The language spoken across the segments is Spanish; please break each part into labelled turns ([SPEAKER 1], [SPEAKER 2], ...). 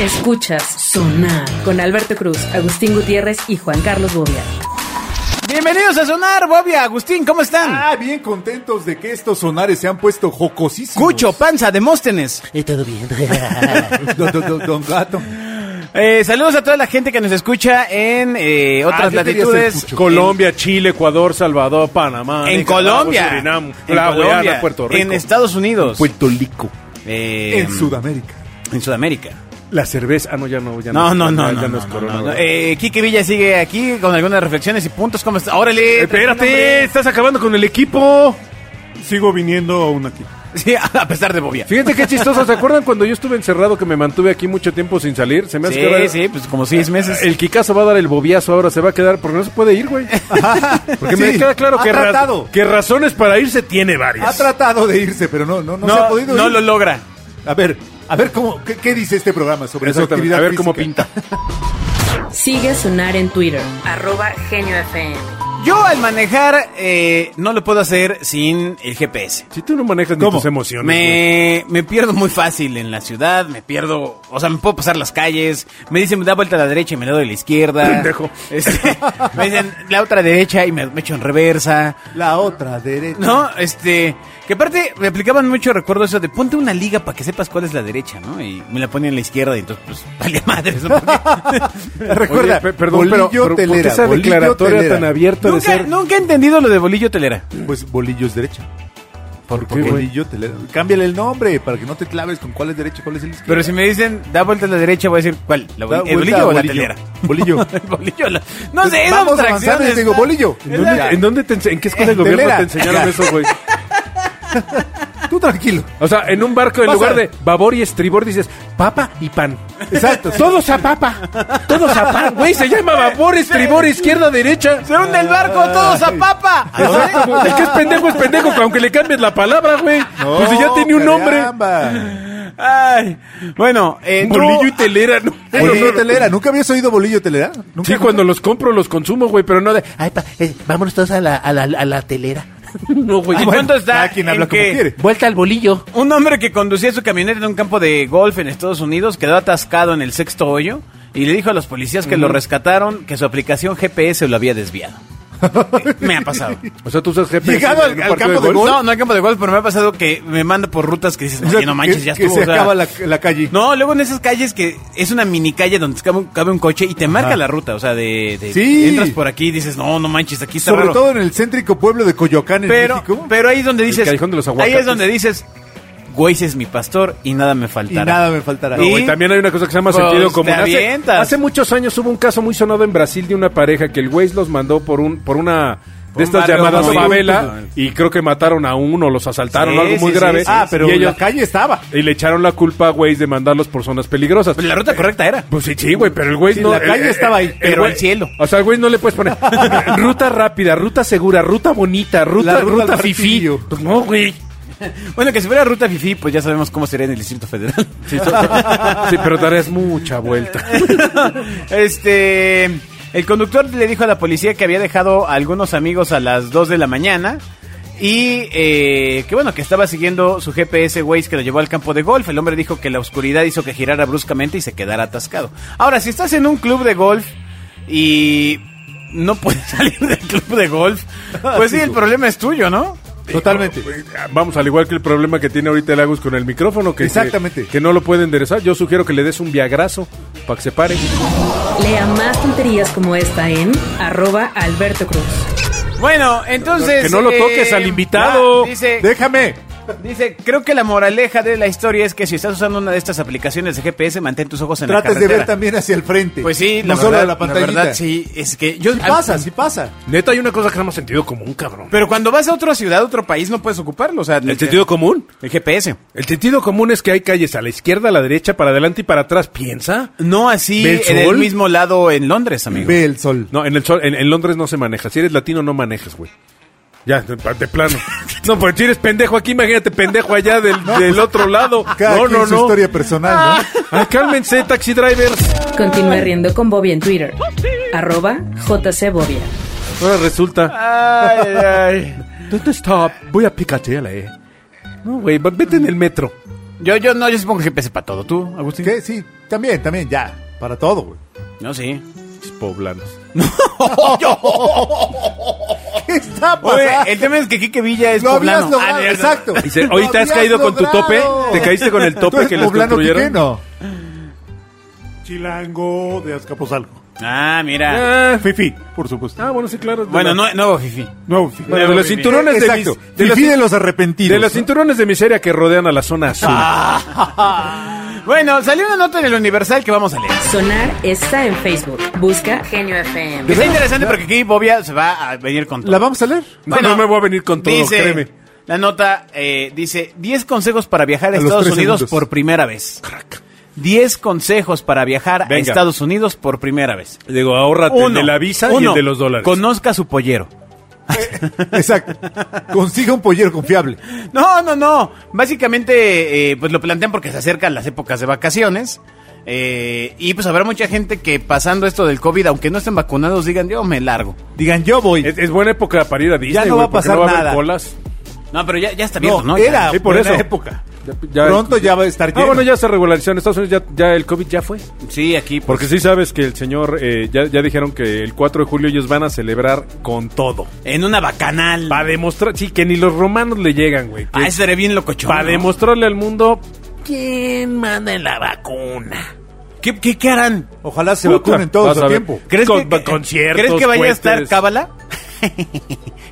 [SPEAKER 1] Escuchas Sonar con Alberto Cruz, Agustín Gutiérrez y Juan Carlos Bobia.
[SPEAKER 2] Bienvenidos a Sonar, Bobia, Agustín, ¿cómo están?
[SPEAKER 3] Ah, bien contentos de que estos sonares se han puesto jocosísimos.
[SPEAKER 2] Cucho, panza, Demóstenes.
[SPEAKER 4] Y todo bien.
[SPEAKER 3] Don, don- don- don Gato.
[SPEAKER 2] Eh, saludos a toda la gente que nos escucha en eh, otras
[SPEAKER 3] Ah, yo quería ser
[SPEAKER 2] latitudes.
[SPEAKER 3] Cucho.
[SPEAKER 5] Colombia, Chile, Ecuador, Salvador, Panamá.
[SPEAKER 2] En, en
[SPEAKER 5] Nicaragua,
[SPEAKER 2] Colombia.
[SPEAKER 5] Surinam,
[SPEAKER 2] en
[SPEAKER 5] la Guayana,
[SPEAKER 2] Colombia,
[SPEAKER 5] Puerto Rico.
[SPEAKER 2] En Estados Unidos.
[SPEAKER 3] Puerto Rico.
[SPEAKER 2] eh,
[SPEAKER 5] em,
[SPEAKER 3] En Sudamérica.
[SPEAKER 2] en Sudamérica.
[SPEAKER 5] La cerveza. Ah, no, ya no. Ya
[SPEAKER 2] No, no, no,
[SPEAKER 5] ya
[SPEAKER 2] no.
[SPEAKER 5] ya
[SPEAKER 2] no,
[SPEAKER 5] es
[SPEAKER 2] no,
[SPEAKER 5] corona,
[SPEAKER 2] no, no.
[SPEAKER 5] ¿verdad?
[SPEAKER 2] Eh, Quique Villa sigue aquí con algunas reflexiones y puntos. ¿Cómo está? Órale.
[SPEAKER 5] Eh, Espérate,
[SPEAKER 2] tranquilo,
[SPEAKER 5] estás acabando con el equipo.
[SPEAKER 3] Sigo viniendo aún aquí.
[SPEAKER 2] hombre. Sí, a pesar de Bobia.
[SPEAKER 5] Fíjate qué chistoso. ¿Se acuerdan cuando yo estuve encerrado que me mantuve aquí mucho tiempo sin salir? Se me hace que ahora-
[SPEAKER 2] Sí, sí, pues como seis meses.
[SPEAKER 5] El Kikazo va a dar el bobiazo ahora, se va a quedar porque no se puede ir, güey. Ah, Porque me
[SPEAKER 3] Sí,
[SPEAKER 5] queda claro
[SPEAKER 3] ha
[SPEAKER 5] que, ra-
[SPEAKER 3] tratado.
[SPEAKER 5] que razones para irse tiene
[SPEAKER 3] Ha
[SPEAKER 5] varias.
[SPEAKER 3] tratado de irse, pero no, no, no,
[SPEAKER 2] no,
[SPEAKER 3] se ha podido
[SPEAKER 2] no
[SPEAKER 3] ir.
[SPEAKER 2] lo logra.
[SPEAKER 3] A ver, a ver cómo, qué, qué dice este programa sobre su
[SPEAKER 5] Exactamente,
[SPEAKER 3] actividad
[SPEAKER 5] A ver cómo
[SPEAKER 3] física?
[SPEAKER 5] pinta.
[SPEAKER 1] Sigue a Sonar en Twitter, arroba Genio FM.
[SPEAKER 2] Yo al manejar eh, no lo puedo hacer sin el GPS.
[SPEAKER 5] Si tú no manejas ni
[SPEAKER 3] ¿Cómo?
[SPEAKER 5] tus emociones. güey.
[SPEAKER 2] Me, me pierdo muy fácil en la ciudad, me pierdo, o sea, me puedo pasar las calles, me dicen da vuelta a la derecha y me la doy a la izquierda.
[SPEAKER 5] Pendejo.
[SPEAKER 2] Este, me dicen la otra derecha y me, me echo en reversa.
[SPEAKER 3] La otra derecha.
[SPEAKER 2] No, este, que aparte me aplicaban mucho recuerdo eso de ponte una liga para que sepas cuál es la derecha, ¿no? Y me la ponían a la izquierda y entonces pues vale madre.
[SPEAKER 3] Recuerda,
[SPEAKER 5] Oye, pe- perdón,
[SPEAKER 3] bolillo
[SPEAKER 5] pero, pero ¿por qué
[SPEAKER 3] telera,
[SPEAKER 5] esa
[SPEAKER 3] bolillo
[SPEAKER 5] declaratoria
[SPEAKER 3] telera.
[SPEAKER 5] tan abierta de
[SPEAKER 2] nunca,
[SPEAKER 5] ser?
[SPEAKER 2] nunca he entendido lo de bolillo telera.
[SPEAKER 3] Pues bolillo es derecha.
[SPEAKER 5] ¿Por qué,
[SPEAKER 3] Porque
[SPEAKER 5] güey?
[SPEAKER 3] bolillo telera. Cámbiale el nombre para que no te claves con cuál es derecha, cuál es el izquierda.
[SPEAKER 2] Pero si me dicen da vuelta a la derecha voy a decir cuál, ¿La
[SPEAKER 3] Da
[SPEAKER 2] boli- el
[SPEAKER 3] vuelta
[SPEAKER 2] bolillo
[SPEAKER 3] a
[SPEAKER 2] o la
[SPEAKER 3] bolillo.
[SPEAKER 2] telera.
[SPEAKER 3] Bolillo.
[SPEAKER 2] El bolillo, la- No sé, es
[SPEAKER 3] Vamos
[SPEAKER 2] abstracción,
[SPEAKER 3] avanzando y te digo,
[SPEAKER 2] está-
[SPEAKER 3] bolillo.
[SPEAKER 5] ¿En dónde,
[SPEAKER 3] Ya.
[SPEAKER 5] en dónde te ense- en qué escuela de
[SPEAKER 3] Eh,
[SPEAKER 5] gobierno
[SPEAKER 3] telera.
[SPEAKER 5] te enseñaron eso, güey?
[SPEAKER 3] Tú tranquilo.
[SPEAKER 5] O sea, en un barco, en
[SPEAKER 3] Pasa.
[SPEAKER 5] lugar de babor y estribor, dices papa y pan.
[SPEAKER 3] Exacto.
[SPEAKER 5] Todos a papa. Todos a pan. Güey, se llama babor, estribor, izquierda, derecha.
[SPEAKER 2] Se hunde el barco, todos a papa.
[SPEAKER 5] El que es pendejo es pendejo, aunque le cambies la palabra, güey.
[SPEAKER 3] No,
[SPEAKER 5] pues si ya tiene un nombre.
[SPEAKER 3] caramba.
[SPEAKER 2] Ay, bueno, eh, no-
[SPEAKER 5] Bolillo y telera, no.
[SPEAKER 3] Bolillo telera. ¿Nunca habías oído bolillo telera? ¿Nunca?
[SPEAKER 5] Sí, cuando los compro, los consumo, güey, pero no de.
[SPEAKER 4] Ay, pa- eh, vámonos todos a la, a la, a la telera.
[SPEAKER 5] No, güey.
[SPEAKER 2] ¿Y cuánto está?
[SPEAKER 3] cada quien
[SPEAKER 2] en
[SPEAKER 3] habla como
[SPEAKER 2] que
[SPEAKER 3] quiere.
[SPEAKER 4] Vuelta al bolillo.
[SPEAKER 2] Un hombre que conducía su camioneta en un campo de golf en Estados Unidos quedó atascado en el sexto hoyo y le dijo a los policías que lo rescataron que su aplicación GPS lo había desviado. Eh, me ha pasado.
[SPEAKER 5] O sea, tú usas GPS.
[SPEAKER 3] Llegado al-
[SPEAKER 5] en un
[SPEAKER 3] al
[SPEAKER 5] partido
[SPEAKER 3] campo de golf.
[SPEAKER 2] No, no hay campo de golf, pero me ha pasado que me manda por rutas que dices,
[SPEAKER 3] O sea,
[SPEAKER 2] oye, no manches,
[SPEAKER 3] que-
[SPEAKER 2] ya
[SPEAKER 3] que
[SPEAKER 2] estuvo.
[SPEAKER 3] se
[SPEAKER 2] o sea,
[SPEAKER 3] acaba la, la calle.
[SPEAKER 2] No, luego en esas calles que es una mini calle donde cabe un, cabe un coche y te marca la ruta, o sea, de, de-
[SPEAKER 3] Sí.
[SPEAKER 2] entras por aquí y dices, no, no manches, aquí está
[SPEAKER 3] Sobre
[SPEAKER 2] raro".
[SPEAKER 3] todo en el céntrico pueblo de Coyoacán, en
[SPEAKER 2] pero,
[SPEAKER 3] México.
[SPEAKER 2] pero ahí es donde dices,
[SPEAKER 5] callejón de los
[SPEAKER 2] ahí
[SPEAKER 5] aguacates.
[SPEAKER 2] es donde dices, güey, ese es mi pastor y nada me
[SPEAKER 3] y
[SPEAKER 2] faltará.
[SPEAKER 3] nada me faltará.
[SPEAKER 5] No,
[SPEAKER 2] Y-
[SPEAKER 5] güey, también hay una cosa que se llama
[SPEAKER 2] Pues,
[SPEAKER 5] sentido
[SPEAKER 2] te
[SPEAKER 5] común. Hace,
[SPEAKER 2] avientas.
[SPEAKER 5] hace muchos años hubo un caso muy sonado en Brasil de una pareja que el güey los mandó por un por una
[SPEAKER 2] Por un
[SPEAKER 5] de estas
[SPEAKER 2] barrio
[SPEAKER 5] llamadas
[SPEAKER 2] muy-
[SPEAKER 5] favela y creo que mataron a uno, los asaltaron
[SPEAKER 2] Sí,
[SPEAKER 5] o algo muy
[SPEAKER 2] sí,
[SPEAKER 5] grave.
[SPEAKER 2] sí, sí,
[SPEAKER 3] ah, pero
[SPEAKER 5] y ellos
[SPEAKER 3] la calle estaba.
[SPEAKER 5] y le echaron la culpa a güey de mandarlos por zonas peligrosas.
[SPEAKER 2] Pero la ruta correcta era.
[SPEAKER 5] Pues sí, sí, güey, pero el güey
[SPEAKER 3] Sí,
[SPEAKER 5] no.
[SPEAKER 3] la calle
[SPEAKER 5] el- el-
[SPEAKER 3] estaba ahí,
[SPEAKER 2] pero
[SPEAKER 5] güey-
[SPEAKER 2] al cielo.
[SPEAKER 5] O sea, el güey no le puedes poner ruta rápida, ruta segura, ruta bonita,
[SPEAKER 3] La
[SPEAKER 5] ruta,
[SPEAKER 3] ruta
[SPEAKER 5] ruta
[SPEAKER 3] al
[SPEAKER 5] fifí.
[SPEAKER 3] martirio.
[SPEAKER 5] Pues no, güey.
[SPEAKER 2] Bueno, que si fuera ruta fifi, pues ya sabemos cómo sería en el Distrito Federal.
[SPEAKER 5] Sí, so- sí, pero darías mucha vuelta.
[SPEAKER 2] este, el conductor le dijo a la policía que había dejado a algunos amigos a las 2 de la mañana. Y eh, que bueno, que estaba siguiendo su GPS Waze que lo llevó al campo de golf. El hombre dijo que la oscuridad hizo que girara bruscamente y se quedara atascado. Ahora, si estás en un club de golf y no puedes salir del club de golf, pues sí, el problema es tuyo, ¿no?
[SPEAKER 3] Totalmente.
[SPEAKER 2] pues,
[SPEAKER 5] Vamos, al igual que el problema que tiene ahorita el Agus con el micrófono, que,
[SPEAKER 3] Exactamente.
[SPEAKER 5] que, que no lo puede enderezar. Yo sugiero que le des un viagrazo para que se pare.
[SPEAKER 1] Lea más tonterías como esta en arroba Alberto Cruz.
[SPEAKER 2] Bueno, entonces... eh,
[SPEAKER 5] Que no lo toques al invitado.
[SPEAKER 2] ya, dice,
[SPEAKER 3] Déjame.
[SPEAKER 2] Dice, creo que la moraleja de la historia es que si estás usando una de estas aplicaciones de GPS, mantén tus ojos en la
[SPEAKER 3] Trates de
[SPEAKER 2] carretera.
[SPEAKER 3] ver también hacia el frente.
[SPEAKER 2] Pues sí,
[SPEAKER 3] no
[SPEAKER 2] la
[SPEAKER 3] solo
[SPEAKER 2] verdad,
[SPEAKER 3] a la pantallita.
[SPEAKER 2] verdad, sí, es que yo...
[SPEAKER 3] Sí pasa, sí pasa.
[SPEAKER 5] Neta, hay una cosa que no hemos sentido común, cabrón.
[SPEAKER 2] Pero cuando vas a otra ciudad, otro país, no puedes ocuparlo, o sea...
[SPEAKER 5] ¿El sentido común?
[SPEAKER 2] El GPS.
[SPEAKER 5] El sentido común es que hay calles a la izquierda, a la derecha, para adelante y para atrás. ¿Piensa?
[SPEAKER 2] No así
[SPEAKER 5] ¿Ve el
[SPEAKER 2] en el
[SPEAKER 5] sol?
[SPEAKER 2] mismo lado en Londres, amigo.
[SPEAKER 3] Ve el sol.
[SPEAKER 5] No, en, el sol- en, en Londres no se maneja. Si eres latino, no manejas, güey. Ya, de, de plano. No, pues si eres pendejo aquí, imagínate pendejo allá del, del otro lado.
[SPEAKER 3] Cada
[SPEAKER 5] no,
[SPEAKER 3] quien
[SPEAKER 5] no,
[SPEAKER 3] su
[SPEAKER 5] no.
[SPEAKER 3] historia personal,
[SPEAKER 2] Ah.
[SPEAKER 3] ¿no?
[SPEAKER 5] Ay, cálmense, taxi drivers.
[SPEAKER 1] Continúa riendo con Bobia en Twitter, arroba JC Bobia.
[SPEAKER 5] Ahora resulta.
[SPEAKER 2] Ay, ay.
[SPEAKER 5] ¿Dónde está? Voy a Picachela, eh. No, güey, va- vete en el metro.
[SPEAKER 2] Yo, yo no, yo supongo que GPS para todo. ¿Tú, Agustín?
[SPEAKER 3] ¿Qué? Sí, también, también, ya. Para todo, güey.
[SPEAKER 2] No, sí.
[SPEAKER 5] Pinches Poblanos.
[SPEAKER 3] ¿Qué está
[SPEAKER 2] Oye,
[SPEAKER 3] pasando?
[SPEAKER 2] el tema es que Quique Villa es
[SPEAKER 3] Lo habías
[SPEAKER 2] poblano.
[SPEAKER 3] logrado,
[SPEAKER 2] Ah, de-
[SPEAKER 3] exacto.
[SPEAKER 5] Dice,
[SPEAKER 3] Lo
[SPEAKER 5] ahorita has
[SPEAKER 3] habías
[SPEAKER 5] caído con tu tope.
[SPEAKER 3] logrado.
[SPEAKER 5] Te caíste con el
[SPEAKER 3] ¿Tú
[SPEAKER 5] tope
[SPEAKER 3] eres
[SPEAKER 5] que les
[SPEAKER 3] poblano
[SPEAKER 5] construyeron.
[SPEAKER 3] quiqueno? Chilango de Azcapotzalco.
[SPEAKER 2] Ah, mira.
[SPEAKER 5] Ah,
[SPEAKER 3] Fifi, por supuesto.
[SPEAKER 5] ah, bueno, sí, claro. de
[SPEAKER 2] Bueno,
[SPEAKER 5] la-
[SPEAKER 2] no, no, Fifi.
[SPEAKER 3] No, Fifi.
[SPEAKER 5] Bueno, de los cinturones de
[SPEAKER 3] Exacto.
[SPEAKER 5] mis- de
[SPEAKER 3] Fifi
[SPEAKER 5] los-
[SPEAKER 3] de los
[SPEAKER 2] pues,
[SPEAKER 3] arrepentidos.
[SPEAKER 5] De los
[SPEAKER 3] ¿no?
[SPEAKER 5] cinturones de miseria que rodean a la zona azul.
[SPEAKER 2] Ah, Bueno, salió una nota en el Universal que vamos a leer.
[SPEAKER 1] Sonar está en Facebook. Busca Genio FM.
[SPEAKER 2] Está interesante porque aquí Bobia se va a venir con todo.
[SPEAKER 3] ¿La vamos a leer?
[SPEAKER 5] No, no me voy a venir con todo,
[SPEAKER 2] dice,
[SPEAKER 5] créeme.
[SPEAKER 2] La nota eh, dice 10 consejos para viajar a,
[SPEAKER 3] A los
[SPEAKER 2] Estados
[SPEAKER 3] tres
[SPEAKER 2] Unidos
[SPEAKER 3] segundos.
[SPEAKER 2] por primera vez. 10 consejos para viajar a
[SPEAKER 5] Venga.
[SPEAKER 2] Estados Unidos por primera vez.
[SPEAKER 5] Digo, ahórrate el de la visa y
[SPEAKER 2] uno,
[SPEAKER 5] el de los dólares.
[SPEAKER 2] Conozca su pollero.
[SPEAKER 3] Exacto. Consiga un pollero confiable.
[SPEAKER 2] No, no, no. Básicamente, eh, pues lo plantean porque se acercan las épocas de vacaciones. eh, y pues habrá mucha gente que pasando esto del COVID, aunque no estén vacunados, digan, yo me largo.
[SPEAKER 3] Digan, yo voy.
[SPEAKER 5] Es, es buena época para ir a Disney,
[SPEAKER 3] no
[SPEAKER 5] güey,
[SPEAKER 3] va a
[SPEAKER 5] porque
[SPEAKER 3] pasar
[SPEAKER 5] no va a haber
[SPEAKER 3] nada.
[SPEAKER 5] colas.
[SPEAKER 2] No, pero ya, ya está abierto, ¿no?
[SPEAKER 3] no,
[SPEAKER 2] Ya.
[SPEAKER 3] era
[SPEAKER 5] Sí, por
[SPEAKER 3] buena
[SPEAKER 5] eso.
[SPEAKER 3] época.
[SPEAKER 5] Ya-
[SPEAKER 3] Pronto ya va a estar
[SPEAKER 5] Ah,
[SPEAKER 3] lleno.
[SPEAKER 5] bueno, ya se regularizó en Estados Unidos, ya, ya el COVID ya fue.
[SPEAKER 2] Sí, aquí. pues,
[SPEAKER 5] Porque sí sabes que el señor, eh, ya, ya dijeron que el 4 de julio ellos van a celebrar con todo.
[SPEAKER 2] En una bacanal.
[SPEAKER 5] Para demostrar, sí, que ni los romanos le llegan, güey.
[SPEAKER 2] Ah, ese seré bien locochón.
[SPEAKER 5] Para
[SPEAKER 2] ¿no?
[SPEAKER 5] demostrarle al mundo,
[SPEAKER 4] ¿Quién manda en la vacuna?
[SPEAKER 2] ¿Qué, qué, qué harán?
[SPEAKER 3] Ojalá se
[SPEAKER 5] Puta,
[SPEAKER 3] vacunen todos
[SPEAKER 5] vas
[SPEAKER 3] a
[SPEAKER 5] a ver.
[SPEAKER 3] tiempo.
[SPEAKER 2] ¿Crees
[SPEAKER 5] Con-
[SPEAKER 2] que,
[SPEAKER 5] conciertos,
[SPEAKER 2] ¿Crees que vaya
[SPEAKER 5] cohetes.
[SPEAKER 2] a estar Cábala?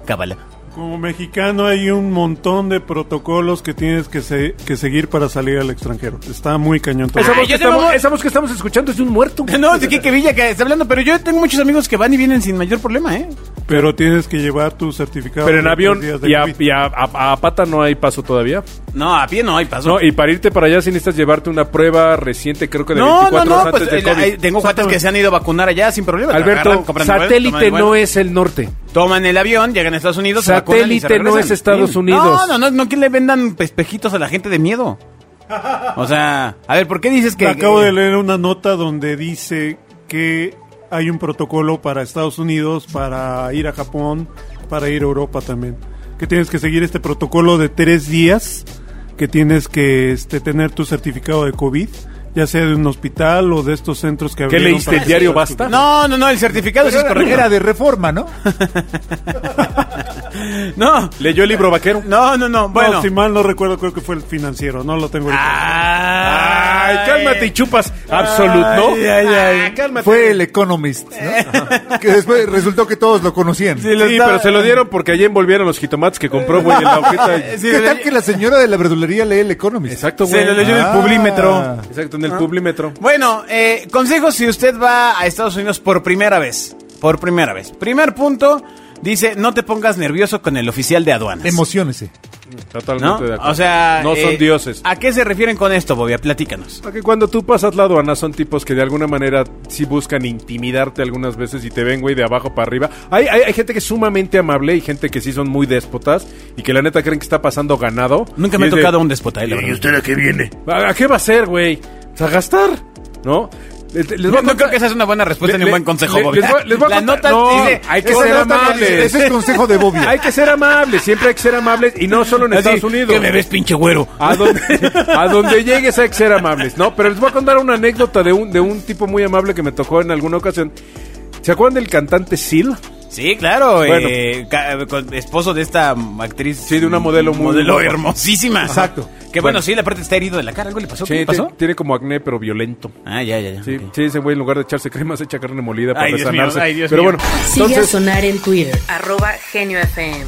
[SPEAKER 2] Cábala.
[SPEAKER 6] Como mexicano hay un montón de protocolos que tienes que, se- que seguir para salir al extranjero. Está muy cañón todo.
[SPEAKER 5] esa
[SPEAKER 2] Ay,
[SPEAKER 5] voz,
[SPEAKER 2] yo
[SPEAKER 5] que
[SPEAKER 2] te mamo-
[SPEAKER 5] estamos, esa voz que estamos escuchando es de un muerto. güey.
[SPEAKER 2] No, de Kike Villa que está hablando, pero yo tengo muchos amigos que van y vienen sin mayor problema, ¿eh?
[SPEAKER 6] Pero tienes que llevar tu certificado.
[SPEAKER 5] Pero en
[SPEAKER 6] de
[SPEAKER 5] avión
[SPEAKER 6] tres días de
[SPEAKER 5] y, a,
[SPEAKER 6] COVID.
[SPEAKER 5] y a- a- a pata no hay paso todavía.
[SPEAKER 2] No, a pie no hay paso.
[SPEAKER 5] No, y para irte para allá sí necesitas llevarte una prueba reciente, creo que de
[SPEAKER 2] no, no,
[SPEAKER 5] 24
[SPEAKER 2] no,
[SPEAKER 5] horas
[SPEAKER 2] pues
[SPEAKER 5] antes de
[SPEAKER 2] eh,
[SPEAKER 5] COVID.
[SPEAKER 2] hay- tengo cuates que se han ido a vacunar allá sin problema. Agarran,
[SPEAKER 5] Alberto,
[SPEAKER 2] compran el vuelo, toman
[SPEAKER 5] satélite
[SPEAKER 2] el vuelo.
[SPEAKER 5] no es el norte.
[SPEAKER 2] Toman el avión, llegan a Estados Unidos, se vacunan y se
[SPEAKER 5] Satélite no
[SPEAKER 2] regresan.
[SPEAKER 5] es Estados
[SPEAKER 2] Sí.
[SPEAKER 5] Unidos.
[SPEAKER 2] No, no, no, no que le vendan espejitos a la gente de miedo. O sea, a ver, ¿por qué dices que...
[SPEAKER 6] Acabo de leer una nota donde dice que hay un protocolo para Estados Unidos, para ir a Japón, para ir a Europa también. Que tienes que seguir este protocolo de tres días, que tienes que este, tener tu certificado de COVID, ya sea de un hospital o de estos centros que
[SPEAKER 5] ¿Qué
[SPEAKER 6] abrieron
[SPEAKER 5] leíste?
[SPEAKER 6] para-
[SPEAKER 5] ¿El diario Basta?
[SPEAKER 2] No, no, no, el certificado sí es
[SPEAKER 3] Era,
[SPEAKER 2] correcto.
[SPEAKER 3] era de reforma, ¿no?
[SPEAKER 2] No,
[SPEAKER 5] ¿Leyó el libro vaquero?
[SPEAKER 2] no, no, no, bueno. Ah.
[SPEAKER 6] No, si mal no recuerdo, creo que fue el financiero. No lo tengo ahorita.
[SPEAKER 2] Ay,
[SPEAKER 5] Ay, cálmate y chupas Absolut, ¿no?
[SPEAKER 2] Ay, ay, ay.
[SPEAKER 5] Ah, cálmate.
[SPEAKER 3] Fue el Economist, ¿no? que después resultó que todos lo conocían.
[SPEAKER 5] Sí, pero se lo dieron porque allí envolvieron los jitomates que compró, güey, en la hojita.
[SPEAKER 2] Sí,
[SPEAKER 3] ¿Qué
[SPEAKER 2] le-
[SPEAKER 3] tal que la señora de la verdulería lee el Economist?
[SPEAKER 5] Exacto, güey.
[SPEAKER 2] Se lo leyó en el
[SPEAKER 3] Ah.
[SPEAKER 2] Publímetro. Ah.
[SPEAKER 5] Exacto, en el publímetro.
[SPEAKER 2] Bueno, eh, consejos si usted va a Estados Unidos por primera vez. Por primera vez. Primer punto, dice, no te pongas nervioso con el oficial de aduanas.
[SPEAKER 3] Emociónese.
[SPEAKER 2] ¿No?
[SPEAKER 5] Totalmente de acuerdo.
[SPEAKER 2] O sea...
[SPEAKER 5] No son
[SPEAKER 2] eh,
[SPEAKER 5] dioses.
[SPEAKER 2] ¿A qué se refieren con esto, Bobia? Platícanos.
[SPEAKER 5] Porque cuando tú pasas la aduana son tipos que de alguna manera sí buscan intimidarte algunas veces y te ven, güey, de abajo para arriba. Hay, hay, hay gente que es sumamente amable y gente que sí son muy déspotas y que la neta creen que está pasando ganado.
[SPEAKER 2] Nunca
[SPEAKER 5] Y
[SPEAKER 2] me ha
[SPEAKER 5] es de,
[SPEAKER 2] tocado un despota, eh, la verdad.
[SPEAKER 4] a qué viene?
[SPEAKER 5] ¿A a qué va a ser, güey? Pues a gastar, ¿no? Les- les voy
[SPEAKER 2] No,
[SPEAKER 5] a
[SPEAKER 2] no
[SPEAKER 5] contar-
[SPEAKER 2] creo que esa es una buena respuesta
[SPEAKER 5] Le-
[SPEAKER 2] ni un
[SPEAKER 5] le-
[SPEAKER 2] buen consejo,
[SPEAKER 5] le-
[SPEAKER 2] Bobia.
[SPEAKER 5] les voy- les voy a
[SPEAKER 2] la
[SPEAKER 5] contar-
[SPEAKER 2] nota
[SPEAKER 5] no,
[SPEAKER 2] dice...
[SPEAKER 5] hay que
[SPEAKER 2] "Hola,
[SPEAKER 5] ser
[SPEAKER 2] nota
[SPEAKER 5] amables".
[SPEAKER 2] dice,
[SPEAKER 3] Ese es consejo de Bobby.
[SPEAKER 5] Hay que ser amables, siempre hay que ser amables y no solo en
[SPEAKER 2] así,
[SPEAKER 5] Estados Unidos. Ah.
[SPEAKER 2] ¿Qué me ves, pinche güero?
[SPEAKER 5] A donde, a donde llegues hay que ser amables, ¿no? Pero les voy a contar una anécdota de un, de un tipo muy amable que me tocó en alguna ocasión. ¿Se acuerdan del cantante Seal?
[SPEAKER 2] Sí, claro.
[SPEAKER 5] Bueno.
[SPEAKER 2] eh, ca- con- esposo de esta actriz.
[SPEAKER 5] Sí, de una modelo muy
[SPEAKER 2] modelo
[SPEAKER 5] guapa.
[SPEAKER 2] hermosísima.
[SPEAKER 3] Exacto.
[SPEAKER 2] Que bueno,
[SPEAKER 5] Bueno.
[SPEAKER 2] sí, la parte está herido de la cara. ¿Algo le pasó? ¿Qué le
[SPEAKER 5] Sí,
[SPEAKER 2] pasó?
[SPEAKER 5] ti- Tiene como acné, pero violento.
[SPEAKER 2] Ah, ya, ya, ya.
[SPEAKER 5] Sí,
[SPEAKER 2] ok.
[SPEAKER 5] sí, ese güey en lugar de echarse crema se echa carne molida para
[SPEAKER 2] Ay, Dios mío,
[SPEAKER 5] sanarse.
[SPEAKER 2] ay, Dios
[SPEAKER 5] pero
[SPEAKER 2] mío.
[SPEAKER 5] bueno,
[SPEAKER 1] Sigue a
[SPEAKER 5] entonces...
[SPEAKER 1] Sonar en Twitter. Arroba Genio FM.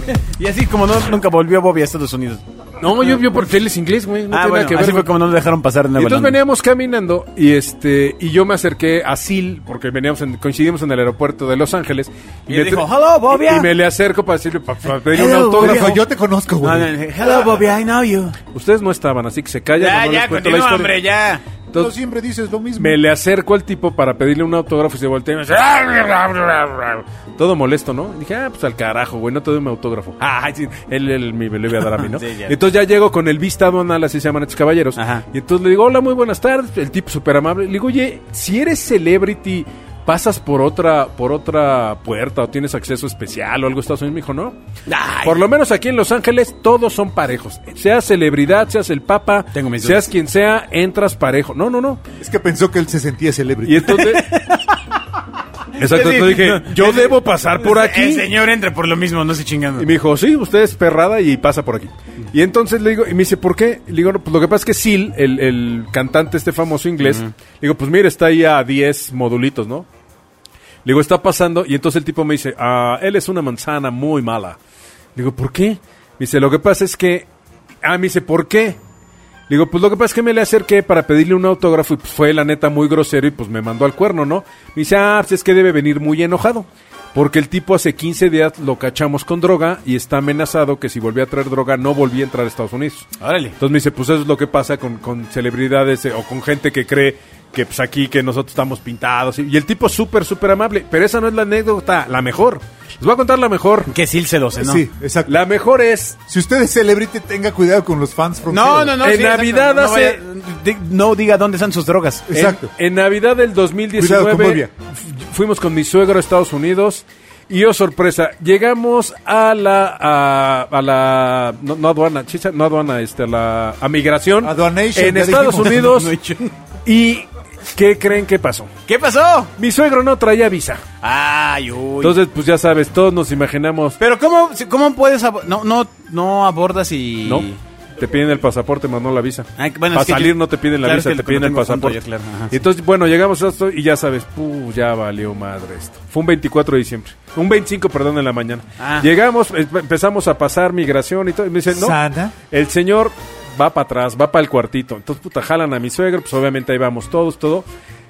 [SPEAKER 2] Y así como no, nunca volvió Bobby a Estados Unidos.
[SPEAKER 5] No, yo, yo porque él es inglés, güey. No
[SPEAKER 2] ah,
[SPEAKER 5] tiene
[SPEAKER 2] bueno,
[SPEAKER 5] nada que ver.
[SPEAKER 2] así fue
[SPEAKER 5] güey.
[SPEAKER 2] como no lo dejaron pasar de
[SPEAKER 5] Y
[SPEAKER 2] nuevo.
[SPEAKER 5] entonces veníamos caminando y este y yo me acerqué a Sil porque veníamos en- coincidimos en el aeropuerto de Los Ángeles
[SPEAKER 2] Y él
[SPEAKER 5] me
[SPEAKER 2] dijo,
[SPEAKER 5] tr-
[SPEAKER 2] "Hello, Bobia".
[SPEAKER 5] y, y me le acerco para decirle para, pedir un
[SPEAKER 3] Eh,
[SPEAKER 2] Hello,
[SPEAKER 5] autógrafo.
[SPEAKER 3] Autógrafo, yo te conozco, güey.
[SPEAKER 2] Hello, Bobby, I know you.
[SPEAKER 5] Ustedes no estaban, así que se callan.
[SPEAKER 2] Ya,
[SPEAKER 5] o no les
[SPEAKER 2] ya,
[SPEAKER 5] cuento
[SPEAKER 2] continúa,
[SPEAKER 5] la historia.
[SPEAKER 2] hombre, ya.
[SPEAKER 3] Tú
[SPEAKER 5] Entonces,
[SPEAKER 3] siempre dices lo mismo.
[SPEAKER 5] me le acerco al tipo para pedirle un autógrafo y se voltea y me dice, "Ah, bla, bla, bla, bla". todo molesto, ¿no? Y dije, ah, pues al carajo, güey, no te doy mi autógrafo. Ah, sí, él, él me lo iba a dar a mí, ¿no?
[SPEAKER 2] Sí, ya.
[SPEAKER 5] entonces ya llego con el vista aduanal, así se llaman estos caballeros.
[SPEAKER 2] Ajá.
[SPEAKER 5] Y entonces le digo, hola, muy buenas tardes. El tipo súper amable. Le digo, oye, si eres celebrity pasas por otra, por otra puerta o tienes acceso especial o algo a Estados Unidos. Me dijo, no.
[SPEAKER 2] Ay.
[SPEAKER 5] Por lo menos aquí en Los Ángeles todos son parejos. Seas celebridad, seas el papa,
[SPEAKER 2] Tengo mis dudas.
[SPEAKER 5] seas quien sea, entras parejo. No, no, no.
[SPEAKER 3] Es que pensó que él se sentía celebrity.
[SPEAKER 5] Y entonces... Exacto,
[SPEAKER 2] Sí,
[SPEAKER 5] entonces dije, yo debo pasar por aquí.
[SPEAKER 2] pues, eh, El señor entra por lo mismo, no se chingando.
[SPEAKER 5] Y me dijo, sí, usted es perrada y pasa por aquí. Y entonces le digo, y me dice, ¿por qué? Le digo, no, pues lo que pasa es que Seal, el, el cantante este famoso inglés, le digo, pues mire, está ahí a 10 modulitos, ¿no? Le digo, está pasando, y entonces el tipo me dice, ah, él es una manzana muy mala. Le digo, ¿por qué? Me dice, lo que pasa es que... Ah, me dice, ¿por qué? Le digo, pues lo que pasa es que me le acerqué para pedirle un autógrafo y pues fue la neta muy grosero y pues me mandó al cuerno, ¿no? Me dice, ah, pues es que debe venir muy enojado. Porque el tipo hace 15 días lo cachamos con droga y está amenazado que si volvía a traer droga no volvía a entrar a Estados Unidos.
[SPEAKER 2] Órale.
[SPEAKER 5] Entonces me dice, pues eso es lo que pasa con, con celebridades eh, o con gente que cree que pues aquí que nosotros estamos pintados. Y y el tipo súper, súper amable. Pero esa no es la anécdota, la mejor. Les voy a contar la mejor.
[SPEAKER 2] Que sí se lo cenó.
[SPEAKER 3] Sí, exacto.
[SPEAKER 5] La mejor es
[SPEAKER 3] Si usted es celebrity, tenga cuidado con los fans
[SPEAKER 2] No,
[SPEAKER 3] fronteros.
[SPEAKER 2] no, no.
[SPEAKER 5] En
[SPEAKER 2] sí, exacto.
[SPEAKER 5] Navidad
[SPEAKER 2] no
[SPEAKER 5] hace-
[SPEAKER 2] vaya- di- no diga dónde están sus drogas.
[SPEAKER 3] Eh, Exacto.
[SPEAKER 5] En, en Navidad del
[SPEAKER 3] Cuidado con
[SPEAKER 5] 2019
[SPEAKER 3] Bobia.
[SPEAKER 5] fu- fuimos con mi suegro a Estados Unidos y oh sorpresa, llegamos a la a, a la no, no aduana, chicha, no aduana, este a la a migración
[SPEAKER 3] Aduanation,
[SPEAKER 5] en
[SPEAKER 3] ya
[SPEAKER 5] Estados
[SPEAKER 3] dijimos.
[SPEAKER 5] Unidos y ¿qué creen que pasó?
[SPEAKER 2] ¿Qué pasó?
[SPEAKER 5] Mi suegro no traía visa.
[SPEAKER 2] Ay, uy.
[SPEAKER 5] Entonces, pues ya sabes, todos nos imaginamos,
[SPEAKER 2] Pero ¿cómo, si- cómo puedes... abo- No, no, no abordas y...
[SPEAKER 5] ¿no? Te piden el pasaporte, más no la visa.
[SPEAKER 2] Ay, bueno,
[SPEAKER 5] Para
[SPEAKER 2] es que
[SPEAKER 5] salir
[SPEAKER 2] yo-
[SPEAKER 5] no te piden la
[SPEAKER 2] claro,
[SPEAKER 5] visa,
[SPEAKER 2] es que
[SPEAKER 5] te piden
[SPEAKER 2] no
[SPEAKER 5] el
[SPEAKER 2] tengo junto
[SPEAKER 5] pasaporte.
[SPEAKER 2] yo, claro, ajá,
[SPEAKER 5] y
[SPEAKER 2] sí.
[SPEAKER 5] entonces, bueno, llegamos a esto y ya sabes, puh, ya valió madre esto. Fue un 24 de diciembre. Un 25, perdón, en la mañana.
[SPEAKER 2] Ah.
[SPEAKER 5] Llegamos, em- empezamos a pasar migración y todo. Y me dicen, no,
[SPEAKER 3] Sana.
[SPEAKER 5] el señor va para atrás, va para el cuartito. Entonces, puta, jalan a mi suegro, pues obviamente ahí vamos todos, todo.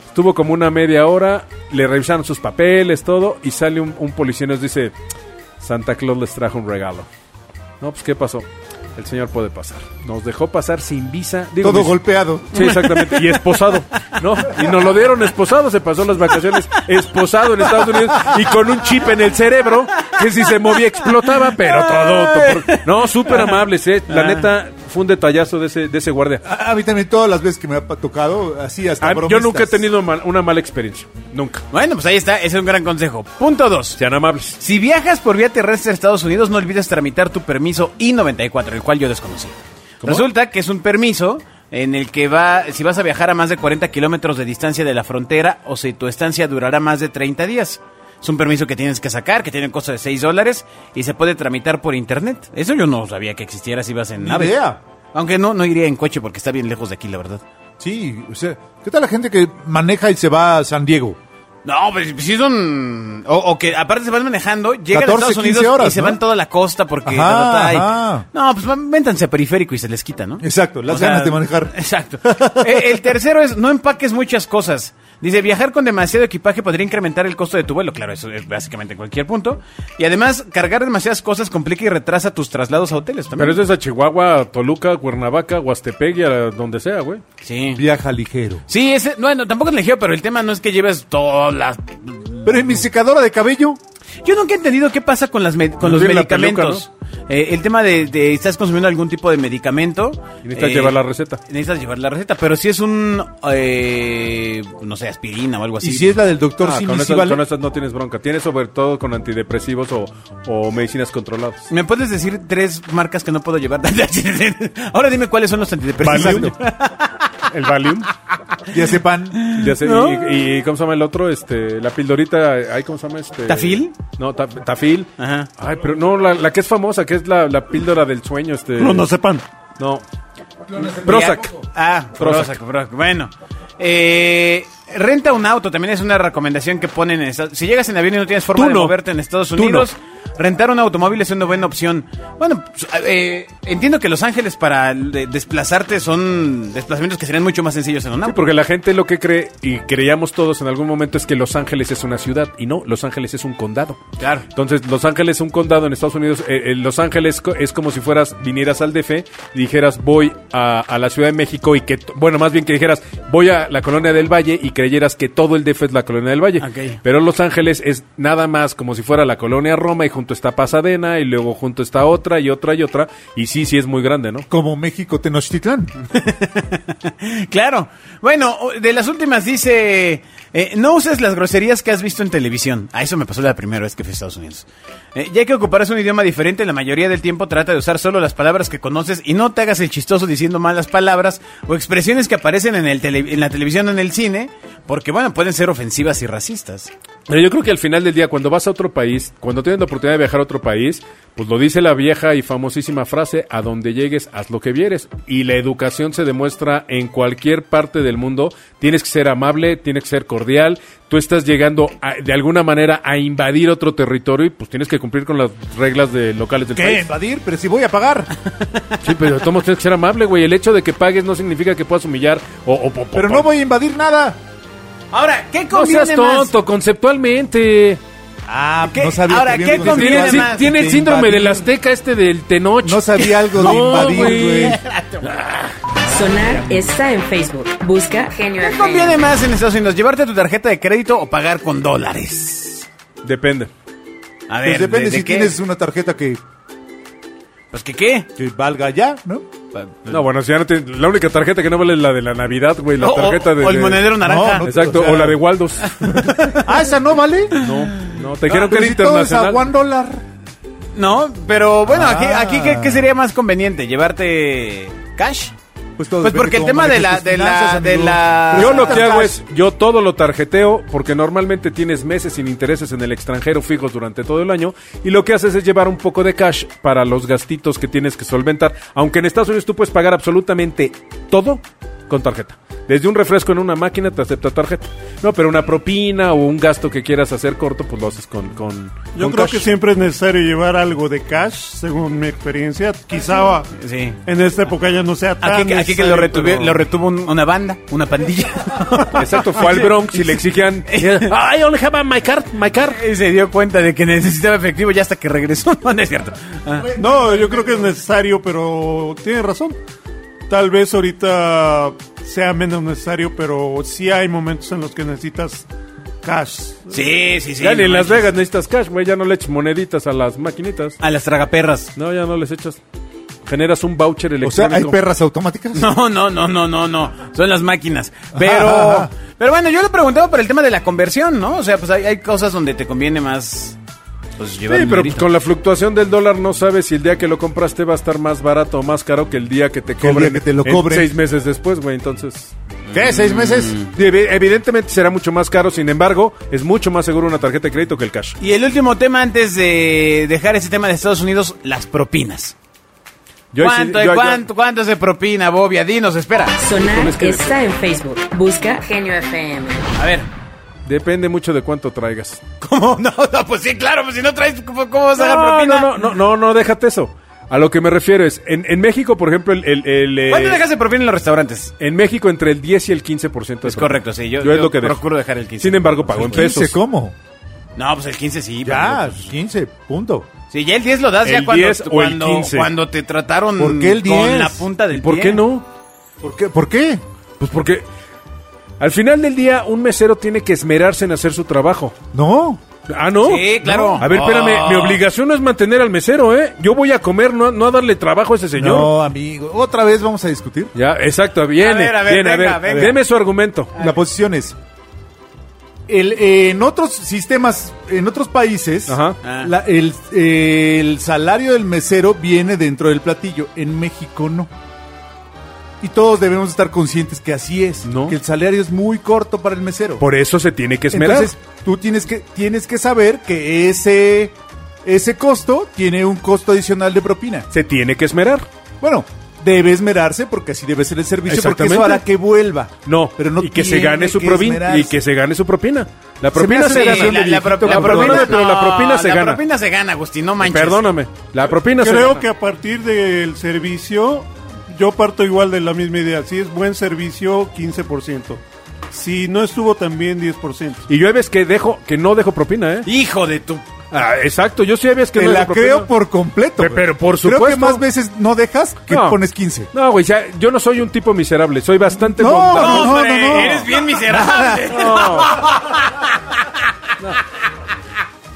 [SPEAKER 5] Estuvo como una media hora, le revisaron sus papeles, todo, y sale un, un policía y nos dice, Santa Claus les trajo un regalo. No, pues, ¿qué pasó? El señor puede pasar. Nos dejó pasar sin visa. Digo,
[SPEAKER 3] Todo
[SPEAKER 5] mis-
[SPEAKER 3] golpeado.
[SPEAKER 5] Sí, exactamente. Y esposado, ¿no? Y nos lo dieron esposado, se pasó las vacaciones esposado en Estados Unidos y con un chip en el cerebro que si se movía explotaba, pero todo. todo por- No, súper amables, ¿eh? La neta, fue un detallazo de ese, de ese guardia.
[SPEAKER 3] A, a mí también todas las veces que me ha pa- tocado, así hasta
[SPEAKER 5] Ah, yo
[SPEAKER 3] bromistas.
[SPEAKER 5] nunca he tenido ma- una mala experiencia. Nunca.
[SPEAKER 2] Bueno, pues ahí está. Ese es un gran consejo. Punto dos.
[SPEAKER 5] Sean amables.
[SPEAKER 2] Si viajas por vía terrestre a Estados Unidos, no olvides tramitar tu permiso I-94, el cual yo desconocí. Resulta que es un permiso en el que va, si vas a viajar a más de 40 kilómetros de distancia de la frontera o si tu estancia durará más de 30 días. Es un permiso que tienes que sacar, que tiene un costo de 6 dólares y se puede tramitar por internet. Eso yo no sabía que existiera si vas en
[SPEAKER 3] Ni
[SPEAKER 2] nave.
[SPEAKER 3] idea.
[SPEAKER 2] Aunque no, no iría en coche porque está bien lejos de aquí, la verdad.
[SPEAKER 3] Sí, o sea, ¿qué tal la gente que maneja y se va a San Diego?
[SPEAKER 2] No, pues sí son... O, o que aparte se van manejando, llegan
[SPEAKER 3] 14,
[SPEAKER 2] a Estados Unidos
[SPEAKER 3] 15 horas,
[SPEAKER 2] y se
[SPEAKER 3] ¿no?
[SPEAKER 2] van toda la costa porque...
[SPEAKER 3] Ajá,
[SPEAKER 2] ta, ta, ta, y-
[SPEAKER 3] ajá.
[SPEAKER 2] No, pues van- métanse a periférico y se les quita, ¿no?
[SPEAKER 3] Exacto, las
[SPEAKER 2] O sea,
[SPEAKER 3] ganas de manejar.
[SPEAKER 2] Exacto. Eh, el tercero es no empaques muchas cosas. Dice, viajar con demasiado equipaje podría incrementar el costo de tu vuelo. Claro, eso es básicamente en cualquier punto. Y además, cargar demasiadas cosas complica y retrasa tus traslados a hoteles también.
[SPEAKER 5] Pero eso es a Chihuahua, Toluca, Cuernavaca, Huastepec y a donde sea, güey.
[SPEAKER 2] Sí.
[SPEAKER 3] Viaja ligero.
[SPEAKER 2] Sí, ese, bueno, tampoco es elegido, pero el tema no es que lleves todas las...
[SPEAKER 3] Pero en mi secadora de cabello,
[SPEAKER 2] Yo nunca he entendido qué pasa con, las med- con los
[SPEAKER 5] Sí, la
[SPEAKER 2] medicamentos. Eh, el tema de, de estás consumiendo algún tipo de medicamento.
[SPEAKER 5] Y
[SPEAKER 2] Eh,
[SPEAKER 5] necesitas llevar la receta.
[SPEAKER 2] Necesitas llevar la receta, pero si es un, eh, no sé, aspirina o algo así.
[SPEAKER 3] y si es la del doctor
[SPEAKER 5] Ah,
[SPEAKER 3] Simi,
[SPEAKER 5] con,
[SPEAKER 3] sí
[SPEAKER 5] esas,
[SPEAKER 3] vale.
[SPEAKER 5] con esas no tienes bronca. Tienes sobre todo con antidepresivos o, o medicinas controladas.
[SPEAKER 2] ¿Me puedes decir tres marcas que no puedo llevar? Ahora dime cuáles son los antidepresivos.
[SPEAKER 5] Valium. El Valium.
[SPEAKER 3] ya sepan.
[SPEAKER 5] Ya sé,
[SPEAKER 2] ¿No?
[SPEAKER 5] y, y ¿cómo se llama el otro? Este, la pildorita, ay, ¿cómo se llama este?
[SPEAKER 2] ¿Tafil?
[SPEAKER 5] No, ta- Tafil.
[SPEAKER 2] Ajá.
[SPEAKER 5] Ay, pero no, la, la que es famosa, que es la, la píldora del sueño, este.
[SPEAKER 6] No, no sepan.
[SPEAKER 5] No. Prozac.
[SPEAKER 2] Ah, Prozac.
[SPEAKER 5] Prozac.
[SPEAKER 2] Prozac. Bueno, eh, renta un auto también es una recomendación que ponen. En Estados- si llegas en avión y no tienes forma
[SPEAKER 5] Tú
[SPEAKER 2] de
[SPEAKER 5] no.
[SPEAKER 2] moverte en Estados
[SPEAKER 5] Tú no.
[SPEAKER 2] Unidos, rentar un automóvil es una buena opción. Bueno, pues, eh, entiendo que Los Ángeles para de- desplazarte son desplazamientos que serían mucho más sencillos en un
[SPEAKER 5] Sí,
[SPEAKER 2] auto.
[SPEAKER 5] porque la gente lo que cree, y creíamos todos en algún momento, es que Los Ángeles es una ciudad. Y no, Los Ángeles es un condado.
[SPEAKER 2] Claro.
[SPEAKER 5] Entonces, Los Ángeles es un condado en Estados Unidos. eh, eh, Los Ángeles co- es como si fueras, vinieras al DF y dijeras, voy a, a la Ciudad de México y que, t- bueno, más bien que dijeras, voy a la Colonia del Valle y creyeras que todo el DF es la Colonia del Valle.
[SPEAKER 2] Ok.
[SPEAKER 5] Pero Los Ángeles es nada más como si fuera la Colonia Roma y junto está Pasadena y luego junto está otra y otra y otra. Y sí, sí es muy grande, ¿no?
[SPEAKER 3] Como México Tenochtitlán.
[SPEAKER 2] Claro. Bueno, de las últimas dice, eh, no uses las groserías que has visto en televisión. A eso me pasó la primera vez que fui a Estados Unidos. Eh, ya que ocuparás un idioma diferente, la mayoría del tiempo trata de usar solo las palabras que conoces y no te hagas el chistoso diciendo malas palabras o expresiones que aparecen en, el tele- en la televisión o en el cine, porque bueno, pueden ser ofensivas y racistas.
[SPEAKER 5] Pero yo creo que al final del día, cuando vas a otro país, cuando tienes la oportunidad de viajar a otro país, pues lo dice la vieja y famosísima frase, a donde llegues, haz lo que vieres. Y la educación se demuestra en cualquier parte del mundo. Tienes que ser amable, tienes que ser cordial. Tú estás llegando a- de alguna manera a invadir otro territorio y pues tienes que cumplir con las reglas de locales del
[SPEAKER 3] ¿Qué?
[SPEAKER 5] país.
[SPEAKER 3] Invadir, pero si voy a pagar.
[SPEAKER 5] Sí, pero de todos modos tienes que ser amable, güey. El hecho de que pagues no significa que puedas humillar o... o- o-
[SPEAKER 3] Pero
[SPEAKER 5] o-
[SPEAKER 3] no voy a invadir nada.
[SPEAKER 2] Ahora, ¿qué
[SPEAKER 5] No
[SPEAKER 2] conviene
[SPEAKER 5] seas tonto, conceptualmente.
[SPEAKER 3] Ah,
[SPEAKER 2] ¿Qué? Ahora, ¿qué
[SPEAKER 5] Pues
[SPEAKER 2] Conviene
[SPEAKER 5] Tiene, sí-
[SPEAKER 2] más
[SPEAKER 5] tiene el
[SPEAKER 3] de
[SPEAKER 5] síndrome
[SPEAKER 3] invadir.
[SPEAKER 5] del azteca este del Tenoch.
[SPEAKER 3] No sabía algo de
[SPEAKER 5] No,
[SPEAKER 3] invadir,
[SPEAKER 5] güey.
[SPEAKER 3] güey.
[SPEAKER 1] Sonar está en Facebook. Busca Genio
[SPEAKER 2] más? ¿Qué conviene más en Estados Unidos? ¿Llevarte tu tarjeta de crédito o pagar con dólares?
[SPEAKER 5] Depende.
[SPEAKER 2] A ver,
[SPEAKER 3] Pues depende
[SPEAKER 2] ¿de- de
[SPEAKER 3] si
[SPEAKER 2] qué?
[SPEAKER 3] tienes una tarjeta que,
[SPEAKER 2] Pues que qué.
[SPEAKER 3] que valga ya, ¿no?
[SPEAKER 5] No, bueno, si ya no tienes- la única tarjeta que no vale es la de la Navidad, güey, la
[SPEAKER 2] O- o-
[SPEAKER 5] tarjeta de...
[SPEAKER 2] o el
[SPEAKER 5] de-
[SPEAKER 2] monedero naranja.
[SPEAKER 3] No, no-
[SPEAKER 5] Exacto,
[SPEAKER 3] o sea-
[SPEAKER 5] o la de Waldos. Ah,
[SPEAKER 3] Ah, esa no vale.
[SPEAKER 5] No, no, te dijeron que
[SPEAKER 3] Pero
[SPEAKER 5] era
[SPEAKER 3] si todo es a
[SPEAKER 5] internacional.
[SPEAKER 3] one dólar.
[SPEAKER 2] No, pero bueno, aquí,
[SPEAKER 3] Ah.
[SPEAKER 2] aquí ¿qué, qué sería más conveniente? ¿Llevarte cash?
[SPEAKER 3] Pues, todo
[SPEAKER 2] Pues
[SPEAKER 3] depende
[SPEAKER 2] porque el
[SPEAKER 3] cómo
[SPEAKER 2] tema de la,
[SPEAKER 3] manejes tus
[SPEAKER 2] de la,
[SPEAKER 3] finanzas,
[SPEAKER 2] de
[SPEAKER 3] amigo.
[SPEAKER 2] la...
[SPEAKER 5] Yo lo que hago es, yo todo lo tarjeteo porque normalmente tienes meses sin intereses en el extranjero fijos durante todo el año y lo que haces es llevar un poco de cash para los gastitos que tienes que solventar. Aunque en Estados Unidos tú puedes pagar absolutamente todo con tarjeta. Desde un refresco en una máquina te acepta tarjeta. No, pero una propina o un gasto que quieras hacer corto, pues lo haces con, con,
[SPEAKER 6] Yo
[SPEAKER 5] con
[SPEAKER 6] creo
[SPEAKER 5] cash.
[SPEAKER 6] que siempre es necesario llevar algo de cash, según mi experiencia. Quizá
[SPEAKER 2] Sí.
[SPEAKER 6] en esta época ya no sea tan
[SPEAKER 2] Aquí, aquí que
[SPEAKER 6] necesario,
[SPEAKER 2] lo, retuve-
[SPEAKER 6] pero-
[SPEAKER 2] lo retuvo un- una banda, una pandilla.
[SPEAKER 5] Exacto, fue al Bronx y le exigían... I only have my card, my card.
[SPEAKER 2] Y se dio cuenta de que necesitaba efectivo ya hasta que regresó. No, no es cierto. Ah.
[SPEAKER 6] No, yo creo que es necesario, pero tiene razón. Tal vez ahorita sea menos necesario, pero sí hay momentos en los que necesitas cash.
[SPEAKER 2] Sí, sí, sí.
[SPEAKER 5] ya ni
[SPEAKER 2] no
[SPEAKER 5] en Las
[SPEAKER 2] manches.
[SPEAKER 5] Vegas necesitas cash, güey, ya no le eches moneditas a las maquinitas.
[SPEAKER 2] A las tragaperras.
[SPEAKER 5] No, ya no les echas. Generas un voucher
[SPEAKER 3] O sea,
[SPEAKER 5] electrónico.
[SPEAKER 3] ¿hay perras automáticas?
[SPEAKER 2] No, no, no, no, no, no. Son las máquinas. Pero, pero bueno, yo le preguntaba por el tema de la conversión, ¿no? O sea, pues hay, hay cosas donde te conviene más pues, llevar
[SPEAKER 5] Sí, pero
[SPEAKER 2] dinerito.
[SPEAKER 5] con la fluctuación del dólar no sabes si el día que lo compraste va a estar más barato o más caro que el día que te
[SPEAKER 3] Que el
[SPEAKER 5] cobren.
[SPEAKER 3] día que te lo
[SPEAKER 5] en
[SPEAKER 3] cobren.
[SPEAKER 5] seis meses después, güey, entonces... Mm.
[SPEAKER 3] ¿Qué? ¿Seis meses?
[SPEAKER 5] Evi- Evidentemente será mucho más caro, sin embargo, es mucho más seguro una tarjeta de crédito que el cash.
[SPEAKER 2] Y el último tema antes de dejar ese tema de Estados Unidos, las propinas.
[SPEAKER 5] Yo ahí sí-
[SPEAKER 2] ¿Cuánto,
[SPEAKER 5] yo- yo-
[SPEAKER 2] cuánto, cuánto es de propina, Bobia? Dinos, espera.
[SPEAKER 1] Sonar
[SPEAKER 5] que-
[SPEAKER 1] está en Facebook. Busca Genio FM.
[SPEAKER 2] A ver.
[SPEAKER 5] Depende mucho de cuánto traigas.
[SPEAKER 2] ¿Cómo? No, no, pues sí, claro, pues si no traes, ¿cómo cómo vas a dejar
[SPEAKER 5] No,
[SPEAKER 2] propina?
[SPEAKER 5] no, no, no, no, no, déjate eso. A lo que me refiero es, en, en México, por ejemplo, el... el- el, eh,
[SPEAKER 2] ¿Cuánto dejas de propina en los restaurantes?
[SPEAKER 5] En México entre el 10 y el 15% de
[SPEAKER 2] Es correcto, sí. Yo,
[SPEAKER 5] es lo que dejo.
[SPEAKER 2] procuro dejar el 15.
[SPEAKER 5] Sin embargo, pago en
[SPEAKER 2] Pues,
[SPEAKER 5] pesos.
[SPEAKER 3] 15, ¿cómo?
[SPEAKER 2] No, pues el 15 sí.
[SPEAKER 3] Ya,
[SPEAKER 2] pero-
[SPEAKER 3] 15, punto.
[SPEAKER 2] Sí, ya el 10 lo das
[SPEAKER 5] El
[SPEAKER 2] ya cuando,
[SPEAKER 5] 10 o el
[SPEAKER 2] cuando,
[SPEAKER 5] 15.
[SPEAKER 2] cuando te trataron
[SPEAKER 3] ¿Por qué el
[SPEAKER 2] con
[SPEAKER 3] 10?
[SPEAKER 2] la punta del
[SPEAKER 5] ¿Y por
[SPEAKER 2] pie.
[SPEAKER 5] qué no?
[SPEAKER 3] ¿Por qué? ¿Por qué?
[SPEAKER 5] Pues porque al final del día un mesero tiene que esmerarse en hacer su trabajo.
[SPEAKER 3] No.
[SPEAKER 5] Ah, ¿no?
[SPEAKER 2] Sí, claro.
[SPEAKER 5] No. A ver, espérame,
[SPEAKER 2] Oh.
[SPEAKER 5] mi obligación no es mantener al mesero, ¿eh? Yo voy a comer, no, a- no a darle trabajo a ese señor.
[SPEAKER 3] No, amigo. ¿Otra vez vamos a discutir?
[SPEAKER 5] Ya, exacto, viene,
[SPEAKER 2] A ver, a ver,
[SPEAKER 5] viene,
[SPEAKER 2] venga,
[SPEAKER 5] a ver.
[SPEAKER 2] venga.
[SPEAKER 5] Deme su argumento.
[SPEAKER 3] La posición es... El, eh, en otros sistemas, en otros países,
[SPEAKER 5] Ajá.
[SPEAKER 2] Ah.
[SPEAKER 3] la- el, eh, el salario del mesero viene dentro del platillo. En México no. Y todos debemos estar conscientes que así es.
[SPEAKER 5] No.
[SPEAKER 3] Que el salario es muy corto para el mesero.
[SPEAKER 5] Por eso se tiene que esmerar.
[SPEAKER 3] Entonces, tú tienes que, tienes que saber que ese, ese costo tiene un costo adicional de propina.
[SPEAKER 5] se tiene que esmerar.
[SPEAKER 3] Bueno, debe esmerarse porque así debe ser el servicio, porque
[SPEAKER 5] Exactamente.
[SPEAKER 3] eso hará que vuelva.
[SPEAKER 5] No,
[SPEAKER 3] pero no
[SPEAKER 5] y que se
[SPEAKER 3] tiene
[SPEAKER 5] gane su
[SPEAKER 3] que
[SPEAKER 5] propina
[SPEAKER 3] esmerarse.
[SPEAKER 5] y que se gane su propina. La propina
[SPEAKER 3] me hace
[SPEAKER 5] se,
[SPEAKER 2] Sí,
[SPEAKER 3] una
[SPEAKER 5] gana.
[SPEAKER 3] relación
[SPEAKER 2] la,
[SPEAKER 3] de
[SPEAKER 2] la
[SPEAKER 3] viejito
[SPEAKER 2] pro- la
[SPEAKER 3] con
[SPEAKER 2] propina,
[SPEAKER 5] propina, pero la propina se
[SPEAKER 2] la
[SPEAKER 5] gana.
[SPEAKER 2] propina se gana, Agustín, no manches.
[SPEAKER 5] Perdóname, la propina se
[SPEAKER 6] Creo
[SPEAKER 5] gana.
[SPEAKER 6] que a partir del servicio, yo parto igual de la misma idea. Si es buen servicio, 15%. Si no estuvo también 10%.
[SPEAKER 5] Y yo hay veces que dejo, que no dejo propina, ¿eh?
[SPEAKER 2] Hijo de tu...
[SPEAKER 5] Ah, exacto, yo sí hay veces que
[SPEAKER 3] Te
[SPEAKER 5] no
[SPEAKER 3] la
[SPEAKER 5] dejo propina.
[SPEAKER 3] creo por completo.
[SPEAKER 5] Pe-
[SPEAKER 3] güey.
[SPEAKER 5] pero por
[SPEAKER 3] Creo
[SPEAKER 5] supuesto.
[SPEAKER 3] que más veces no dejas que
[SPEAKER 5] No.
[SPEAKER 3] pones 15.
[SPEAKER 5] No, güey, ya- yo no soy un tipo miserable, soy bastante
[SPEAKER 3] No,
[SPEAKER 5] bondadoso.
[SPEAKER 2] No,
[SPEAKER 3] no,
[SPEAKER 2] hombre,
[SPEAKER 3] no.
[SPEAKER 2] eres bien miserable.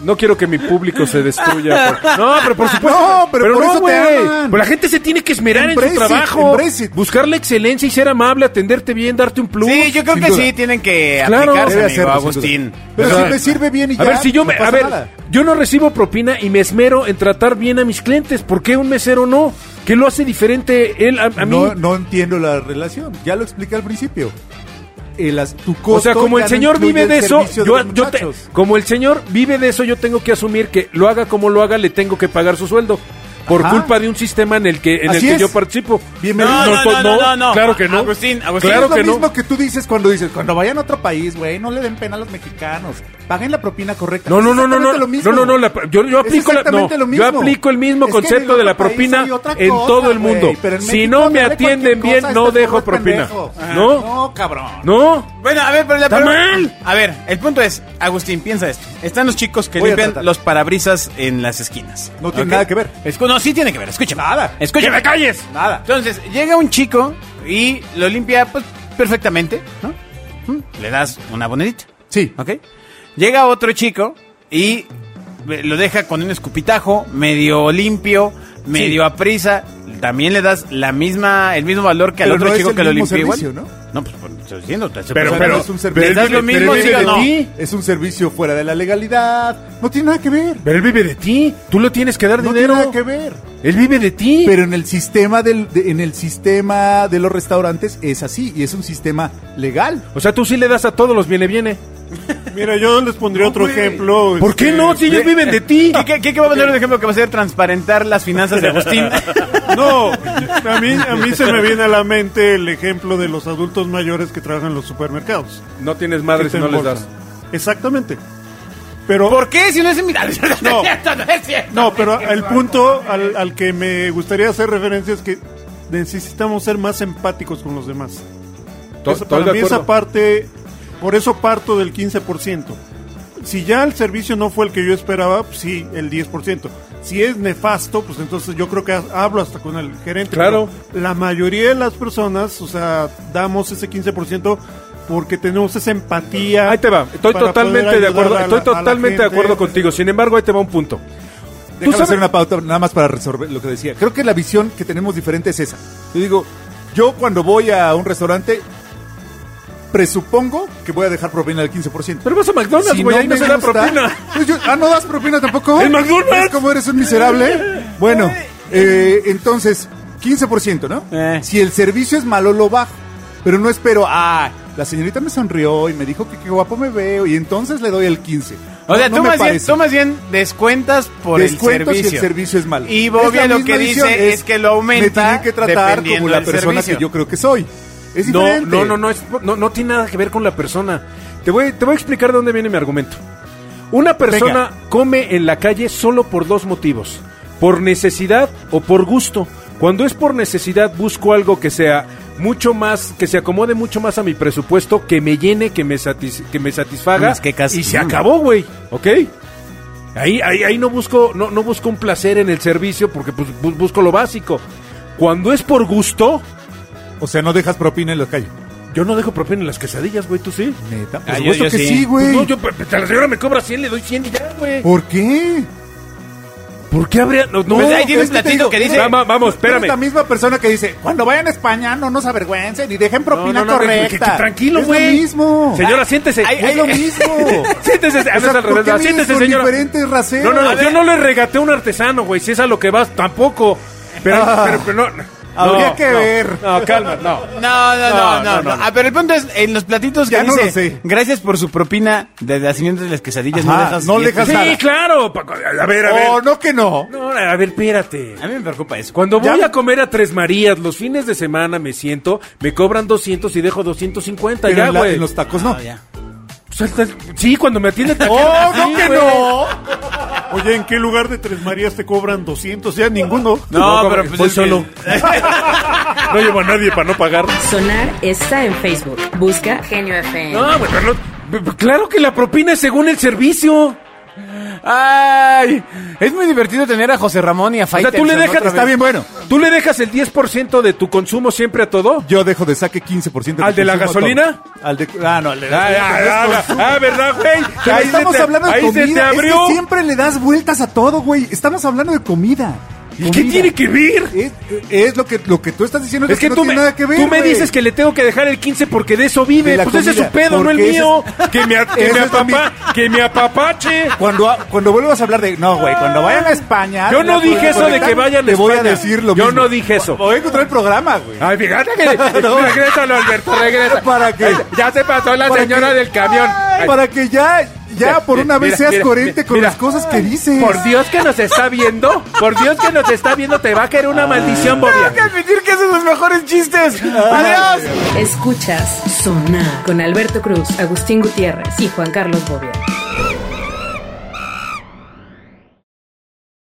[SPEAKER 5] No quiero que mi público se destruya. por- No, pero por supuesto.
[SPEAKER 3] No, pero por eso te
[SPEAKER 5] güey.
[SPEAKER 3] aman.
[SPEAKER 5] Pero la gente se tiene que esmerar en,
[SPEAKER 3] Embrace
[SPEAKER 5] su
[SPEAKER 3] it,
[SPEAKER 5] trabajo.
[SPEAKER 3] embrace it.
[SPEAKER 5] Buscar la excelencia y ser amable, atenderte bien, darte un plus.
[SPEAKER 2] Sí, yo creo
[SPEAKER 3] sin
[SPEAKER 2] que
[SPEAKER 3] duda.
[SPEAKER 2] sí, tienen que
[SPEAKER 5] Claro.
[SPEAKER 2] aplicarse,
[SPEAKER 5] Debe
[SPEAKER 2] amigo
[SPEAKER 3] hacerlo, sin
[SPEAKER 2] Agustín.
[SPEAKER 3] duda. Pero
[SPEAKER 5] Ajá.
[SPEAKER 3] si me sirve bien y ya.
[SPEAKER 5] a ver, si yo me,
[SPEAKER 3] no
[SPEAKER 5] a
[SPEAKER 3] pasa
[SPEAKER 5] ver,
[SPEAKER 3] nada.
[SPEAKER 5] yo no recibo propina y me esmero en tratar bien a mis clientes. ¿Por qué un mesero no? ¿Qué lo hace diferente él a, a mí?
[SPEAKER 3] No, no entiendo la relación. Ya lo expliqué al principio. El as- tu costo
[SPEAKER 5] o sea, como
[SPEAKER 3] ya
[SPEAKER 5] el
[SPEAKER 3] no
[SPEAKER 5] señor
[SPEAKER 3] incluye
[SPEAKER 5] vive
[SPEAKER 3] el
[SPEAKER 5] de eso,
[SPEAKER 3] servicio
[SPEAKER 5] yo,
[SPEAKER 3] los
[SPEAKER 5] yo te-
[SPEAKER 3] muchachos.
[SPEAKER 5] como el señor vive de eso, yo tengo que asumir que lo haga como lo haga, le tengo que pagar su sueldo por
[SPEAKER 3] Ajá.
[SPEAKER 5] culpa de un sistema en el que en
[SPEAKER 3] Así
[SPEAKER 5] el que
[SPEAKER 3] es.
[SPEAKER 5] yo participo.
[SPEAKER 3] Bienvenido.
[SPEAKER 2] No,
[SPEAKER 5] No,
[SPEAKER 2] no, no, no, no.
[SPEAKER 5] claro que no.
[SPEAKER 2] Agustín, Agustín,
[SPEAKER 5] claro
[SPEAKER 3] es lo
[SPEAKER 5] que no.
[SPEAKER 3] mismo que tú dices cuando dices, cuando vayan a otro país, güey, no le den pena a los mexicanos. Paguen la propina correcta.
[SPEAKER 5] No, no,
[SPEAKER 3] Es
[SPEAKER 5] no, no, no,
[SPEAKER 3] exactamente lo mismo.
[SPEAKER 5] no, no, no, la- yo, yo
[SPEAKER 3] Es
[SPEAKER 5] aplico la-
[SPEAKER 3] exactamente
[SPEAKER 5] no,
[SPEAKER 3] lo mismo.
[SPEAKER 5] yo aplico el mismo
[SPEAKER 3] Es que en
[SPEAKER 5] concepto
[SPEAKER 3] el
[SPEAKER 5] de la
[SPEAKER 3] otro país
[SPEAKER 5] propina
[SPEAKER 3] hay otra
[SPEAKER 5] en
[SPEAKER 3] cosa,
[SPEAKER 5] todo el
[SPEAKER 3] güey,
[SPEAKER 5] mundo.
[SPEAKER 3] pero en
[SPEAKER 5] Si
[SPEAKER 3] México
[SPEAKER 5] no me
[SPEAKER 3] dale
[SPEAKER 5] atienden
[SPEAKER 3] cualquier
[SPEAKER 5] bien,
[SPEAKER 3] cosa,
[SPEAKER 5] no
[SPEAKER 3] este
[SPEAKER 5] dejo
[SPEAKER 3] pueblo es
[SPEAKER 5] propina.
[SPEAKER 3] pendejo. Ajá.
[SPEAKER 2] Ah,
[SPEAKER 5] No,
[SPEAKER 3] No, cabrón.
[SPEAKER 5] no.
[SPEAKER 2] Bueno, a ver, pero la
[SPEAKER 5] ¡Está
[SPEAKER 2] pero-
[SPEAKER 5] mal!
[SPEAKER 2] A ver, el punto es, Agustín, piensa esto. Están los chicos que
[SPEAKER 3] Voy a
[SPEAKER 2] limpian
[SPEAKER 3] tratar.
[SPEAKER 2] los parabrisas en las esquinas.
[SPEAKER 3] No tiene nada que ver.
[SPEAKER 2] Escu- no, sí tiene que ver, escúchame.
[SPEAKER 3] Nada.
[SPEAKER 2] Escúchame.
[SPEAKER 5] ¡Que me calles!
[SPEAKER 3] Nada.
[SPEAKER 2] Entonces, llega un chico y lo limpia pues, perfectamente, ¿no? ¿Mm? Le das una bonedita,
[SPEAKER 3] Sí.
[SPEAKER 2] ¿ok? Llega otro chico y eh, lo deja con un escupitajo, medio limpio, medio a prisa. También le das la misma, el mismo valor que al
[SPEAKER 3] Pero
[SPEAKER 2] otro
[SPEAKER 3] no es
[SPEAKER 2] chico
[SPEAKER 3] el
[SPEAKER 2] que lo
[SPEAKER 3] mismo
[SPEAKER 2] limpió igual.
[SPEAKER 3] servicio, ¿no?
[SPEAKER 2] No, pues por- te estoy diciendo, te estoy
[SPEAKER 5] Pero,
[SPEAKER 3] O sea,
[SPEAKER 5] pero,
[SPEAKER 3] no es un servicio.
[SPEAKER 5] pero él
[SPEAKER 2] ¿Les das lo
[SPEAKER 5] vive-
[SPEAKER 2] mismo,
[SPEAKER 5] pero él
[SPEAKER 2] sí o
[SPEAKER 5] vive de
[SPEAKER 2] no?
[SPEAKER 5] ti.
[SPEAKER 3] Es un servicio fuera de la legalidad. No tiene nada que ver.
[SPEAKER 5] Pero él vive de ti. Tú le tienes que dar
[SPEAKER 3] No tiene
[SPEAKER 5] dinero.
[SPEAKER 3] nada que ver.
[SPEAKER 5] Él vive de ti.
[SPEAKER 3] Pero en el sistema del, de- en el sistema de los restaurantes es así y es un sistema legal.
[SPEAKER 5] o sea, tú sí le das a todos los viene viene.
[SPEAKER 6] Mira, yo les pondría otro ejemplo.
[SPEAKER 5] ¿Por
[SPEAKER 6] este,
[SPEAKER 5] qué no? Si ellos viven de ti.
[SPEAKER 2] ¿Qué, qué- qué- qué va a poner un ejemplo que va a ser transparentar las finanzas de Agustín?
[SPEAKER 6] No, a mí, a mí se me viene a la mente el ejemplo de los adultos mayores que trabajan en los supermercados.
[SPEAKER 5] No tienes madre
[SPEAKER 6] Que
[SPEAKER 5] si
[SPEAKER 6] te
[SPEAKER 5] no les das.
[SPEAKER 6] embolsan. Exactamente. Pero,
[SPEAKER 2] ¿Por qué? Si no es en mi... No,
[SPEAKER 6] No.
[SPEAKER 2] es cierto, no es cierto.
[SPEAKER 6] no, pero el punto al, al que me gustaría hacer referencia es que necesitamos ser más empáticos con los demás.
[SPEAKER 5] To-
[SPEAKER 6] Esa-
[SPEAKER 5] estoy
[SPEAKER 6] para
[SPEAKER 5] de
[SPEAKER 6] mí
[SPEAKER 5] acuerdo.
[SPEAKER 6] esa parte, por eso parto del 15%. Si ya el servicio no fue el que yo esperaba, pues sí, el 10%. Si es nefasto, pues entonces yo creo que ha- hablo hasta con el gerente.
[SPEAKER 5] Claro.
[SPEAKER 6] pero La mayoría de las personas, o sea, damos ese 15% porque tenemos esa empatía.
[SPEAKER 5] Ahí te va. Estoy
[SPEAKER 6] para
[SPEAKER 5] totalmente
[SPEAKER 6] poder
[SPEAKER 5] de
[SPEAKER 6] ayudar
[SPEAKER 5] acuerdo.
[SPEAKER 6] a la-
[SPEAKER 5] Estoy
[SPEAKER 6] a la
[SPEAKER 5] totalmente de
[SPEAKER 6] gente.
[SPEAKER 5] acuerdo contigo. Sin embargo, ahí te va un punto.
[SPEAKER 3] Déjame
[SPEAKER 5] sabes-
[SPEAKER 3] hacer una pauta nada más para resolver lo que decía. Creo que la visión que tenemos diferente es esa. Yo digo, yo cuando voy a un restaurante presupongo que voy a dejar propina del 15%.
[SPEAKER 5] Pero vas a McDonald's, güey. ahí no
[SPEAKER 3] me
[SPEAKER 5] se da
[SPEAKER 3] gusta-
[SPEAKER 5] propina.
[SPEAKER 3] Pues yo- ah, no das propina tampoco.
[SPEAKER 5] ¡En McDonald's!
[SPEAKER 3] ¿Ves cómo eres un miserable? Bueno, eh, entonces, 15%, ¿no?
[SPEAKER 2] Eh.
[SPEAKER 3] Si el servicio es malo, lo bajo. Pero no espero, ah, la señorita me sonrió y me dijo que qué guapo me veo y entonces le doy el 15.
[SPEAKER 2] O sea,
[SPEAKER 3] No, no
[SPEAKER 2] tú,
[SPEAKER 3] me
[SPEAKER 2] más bien,
[SPEAKER 3] parece.
[SPEAKER 2] tú más bien descuentas por
[SPEAKER 3] Descuento
[SPEAKER 2] el
[SPEAKER 3] si
[SPEAKER 2] servicio.
[SPEAKER 3] el servicio es malo.
[SPEAKER 2] Y Bobia
[SPEAKER 3] Es
[SPEAKER 2] lo
[SPEAKER 3] la misma
[SPEAKER 2] que
[SPEAKER 3] visión,
[SPEAKER 2] dice es que lo aumenta
[SPEAKER 3] Me tienen que tratar como
[SPEAKER 2] dependiendo
[SPEAKER 3] la
[SPEAKER 2] del
[SPEAKER 3] persona
[SPEAKER 2] servicio.
[SPEAKER 3] que yo creo que soy. Es
[SPEAKER 5] No,
[SPEAKER 3] diferente.
[SPEAKER 5] no, no, no, es- no, no tiene nada que ver con la persona. Te voy, te voy a explicar de dónde viene mi argumento. Una persona come en la calle solo por dos motivos, por necesidad o por gusto. Cuando es por necesidad busco algo que sea mucho más, que se acomode mucho más a mi presupuesto, que me llene, que me, satis- que me satisfaga.
[SPEAKER 2] Unas quecas.
[SPEAKER 5] Y se
[SPEAKER 2] Mm.
[SPEAKER 5] acabó, güey, ¿ok? Ahí, ahí, ahí no busco, no, no busco un placer en el servicio porque pues, bu- busco lo básico. Cuando es por gusto,
[SPEAKER 3] O sea, no dejas propina en la calle.
[SPEAKER 5] yo no dejo propina en las quesadillas, güey, tú sí.
[SPEAKER 3] Neta, por
[SPEAKER 2] Ah, yo-
[SPEAKER 3] supuesto
[SPEAKER 2] yo
[SPEAKER 3] que
[SPEAKER 2] sí.
[SPEAKER 3] sí, güey.
[SPEAKER 5] Pues no, yo, pe- pe- la señora me cobra 100, le doy 100 y ya, güey.
[SPEAKER 3] ¿Por qué?
[SPEAKER 5] ¿Por qué habría.? No, no.
[SPEAKER 2] Pues ahí tiene
[SPEAKER 3] es
[SPEAKER 2] un
[SPEAKER 3] que te
[SPEAKER 2] platito
[SPEAKER 3] digo,
[SPEAKER 2] que dice...
[SPEAKER 5] Va- va- vamos,
[SPEAKER 3] Espérame.
[SPEAKER 5] espérame.
[SPEAKER 3] Es la misma persona que dice, cuando vayan a España no nos avergüencen y dejen propina
[SPEAKER 5] No, no, no,
[SPEAKER 3] correcta.
[SPEAKER 5] que- que- que tranquilo,
[SPEAKER 3] Es
[SPEAKER 5] güey.
[SPEAKER 3] lo mismo.
[SPEAKER 5] Señora, siéntese.
[SPEAKER 2] Ay, ay,
[SPEAKER 3] Es lo mismo.
[SPEAKER 5] siéntese. A
[SPEAKER 3] O
[SPEAKER 5] veces
[SPEAKER 3] sea,
[SPEAKER 5] al
[SPEAKER 3] ¿por
[SPEAKER 5] revés,
[SPEAKER 3] qué
[SPEAKER 5] va,
[SPEAKER 3] mides
[SPEAKER 5] siéntese,
[SPEAKER 3] con
[SPEAKER 5] señora.
[SPEAKER 3] diferentes raseros?
[SPEAKER 5] No, no,
[SPEAKER 3] A
[SPEAKER 5] no,
[SPEAKER 3] ver,
[SPEAKER 5] yo no le regateé a un artesano, güey. Si es a lo que vas, tampoco. Pero, pero, pero no.
[SPEAKER 3] Ah. Habría
[SPEAKER 5] no,
[SPEAKER 3] que
[SPEAKER 5] no.
[SPEAKER 3] ver.
[SPEAKER 5] No, calma, no.
[SPEAKER 2] No, no, no, no,
[SPEAKER 5] No, no,
[SPEAKER 2] no.
[SPEAKER 5] no.
[SPEAKER 2] Ah, pero el punto es, en los platitos que
[SPEAKER 3] Ya no
[SPEAKER 2] dice,
[SPEAKER 3] lo sé.
[SPEAKER 2] gracias por su propina de las siguientes de las quesadillas, no
[SPEAKER 3] Ajá,
[SPEAKER 2] dejas...
[SPEAKER 3] no
[SPEAKER 2] y-
[SPEAKER 3] dejas
[SPEAKER 5] Sí,
[SPEAKER 3] nada.
[SPEAKER 5] claro. Paco, A ver, a ver.
[SPEAKER 3] Oh, no que no.
[SPEAKER 5] No, a ver, espérate.
[SPEAKER 2] A mí me preocupa eso.
[SPEAKER 5] Cuando
[SPEAKER 3] Ya
[SPEAKER 5] voy
[SPEAKER 3] me-
[SPEAKER 5] a comer a Tres Marías los fines de semana me siento, me cobran 200 y dejo 250
[SPEAKER 3] Pero
[SPEAKER 5] ya,
[SPEAKER 3] en, la-
[SPEAKER 5] güey.
[SPEAKER 3] en los tacos no.
[SPEAKER 2] Ah, ya.
[SPEAKER 5] O sea, estás- Sí, cuando me atiende el taquero,
[SPEAKER 3] ¡Oh, no
[SPEAKER 5] sí,
[SPEAKER 3] que
[SPEAKER 5] güey.
[SPEAKER 3] no!
[SPEAKER 6] Oye, ¿en qué lugar de Tres Marías te cobran 200? Ya ninguno.
[SPEAKER 2] No,
[SPEAKER 5] No,
[SPEAKER 2] pero
[SPEAKER 5] como-
[SPEAKER 2] pues
[SPEAKER 5] voy
[SPEAKER 2] es que-
[SPEAKER 5] solo. No llevo a nadie para no pagar.
[SPEAKER 1] Sonar está en Facebook. Busca Genio FM.
[SPEAKER 5] No, güey, pero no- b- b- claro que la propina es según el servicio.
[SPEAKER 2] Ay, es muy divertido tener a José Ramón y a Fighters.
[SPEAKER 5] tú le dejas-
[SPEAKER 3] Está bien bueno.
[SPEAKER 5] ¿Tú le dejas el 10% de tu consumo siempre a todo?
[SPEAKER 3] Yo dejo de saque 15%
[SPEAKER 5] ¿Al de la
[SPEAKER 3] consumo
[SPEAKER 5] gasolina?
[SPEAKER 3] todo. Al de Ah, no, al de la
[SPEAKER 5] Ah,
[SPEAKER 3] gasolina.
[SPEAKER 5] ah,
[SPEAKER 3] es
[SPEAKER 5] ah,
[SPEAKER 3] consumo.
[SPEAKER 5] ah, ¿verdad, güey?
[SPEAKER 3] Pero
[SPEAKER 5] Ahí se
[SPEAKER 3] estamos
[SPEAKER 5] te-
[SPEAKER 3] hablando de
[SPEAKER 5] ahí
[SPEAKER 3] comida.
[SPEAKER 5] se te
[SPEAKER 3] Es que
[SPEAKER 5] abrió.
[SPEAKER 3] siempre le das vueltas a todo, güey. Estamos hablando de comida.
[SPEAKER 5] ¿Y qué
[SPEAKER 3] Comida.
[SPEAKER 5] tiene que ver?
[SPEAKER 3] Es, es lo que lo que tú estás diciendo
[SPEAKER 5] Es que
[SPEAKER 3] no
[SPEAKER 5] tú,
[SPEAKER 3] tiene
[SPEAKER 5] me,
[SPEAKER 3] nada que ver.
[SPEAKER 5] tú me
[SPEAKER 3] güey.
[SPEAKER 5] dices que le tengo que dejar el 15 porque de eso vive.
[SPEAKER 3] De la
[SPEAKER 5] pues ese es su
[SPEAKER 3] comida,
[SPEAKER 5] pedo, no el
[SPEAKER 3] porque ese
[SPEAKER 5] mío.
[SPEAKER 3] es-
[SPEAKER 5] Que, me, a- que,
[SPEAKER 3] Ese
[SPEAKER 5] me
[SPEAKER 3] es también-
[SPEAKER 5] apapa- que me apapache.
[SPEAKER 3] cuando a- cuando vuelvas a hablar de no, güey, cuando vayan a España.
[SPEAKER 5] Yo no
[SPEAKER 3] la-
[SPEAKER 5] dije eso de
[SPEAKER 3] conectar,
[SPEAKER 5] que vayan
[SPEAKER 3] Te voy a
[SPEAKER 5] España.
[SPEAKER 3] decir lo
[SPEAKER 5] Yo
[SPEAKER 3] mismo.
[SPEAKER 5] no dije eso. Ah,
[SPEAKER 3] Voy a encontrar el programa, güey.
[SPEAKER 5] Ay, fíjate que... Regrésalo, Alberto, regresa.
[SPEAKER 3] ¿Para qué?
[SPEAKER 5] Ay, Ya se pasó la
[SPEAKER 3] Para
[SPEAKER 5] señora
[SPEAKER 3] que-
[SPEAKER 5] del camión.
[SPEAKER 3] Ay,
[SPEAKER 5] Ay,
[SPEAKER 3] Para que ya ya
[SPEAKER 5] Mira,
[SPEAKER 3] por una vez
[SPEAKER 5] mira,
[SPEAKER 3] seas
[SPEAKER 5] mira,
[SPEAKER 3] coherente
[SPEAKER 5] mira,
[SPEAKER 3] con
[SPEAKER 5] mira.
[SPEAKER 3] las cosas que dices.
[SPEAKER 5] Por Dios que nos está viendo, por Dios que nos está viendo, te va a caer una maldición, Bobia.
[SPEAKER 2] Tengo que admitir que es de los mejores chistes. Adiós.
[SPEAKER 1] Escuchas Sonar con Alberto Cruz, Agustín Gutiérrez y Juan Carlos Bobia.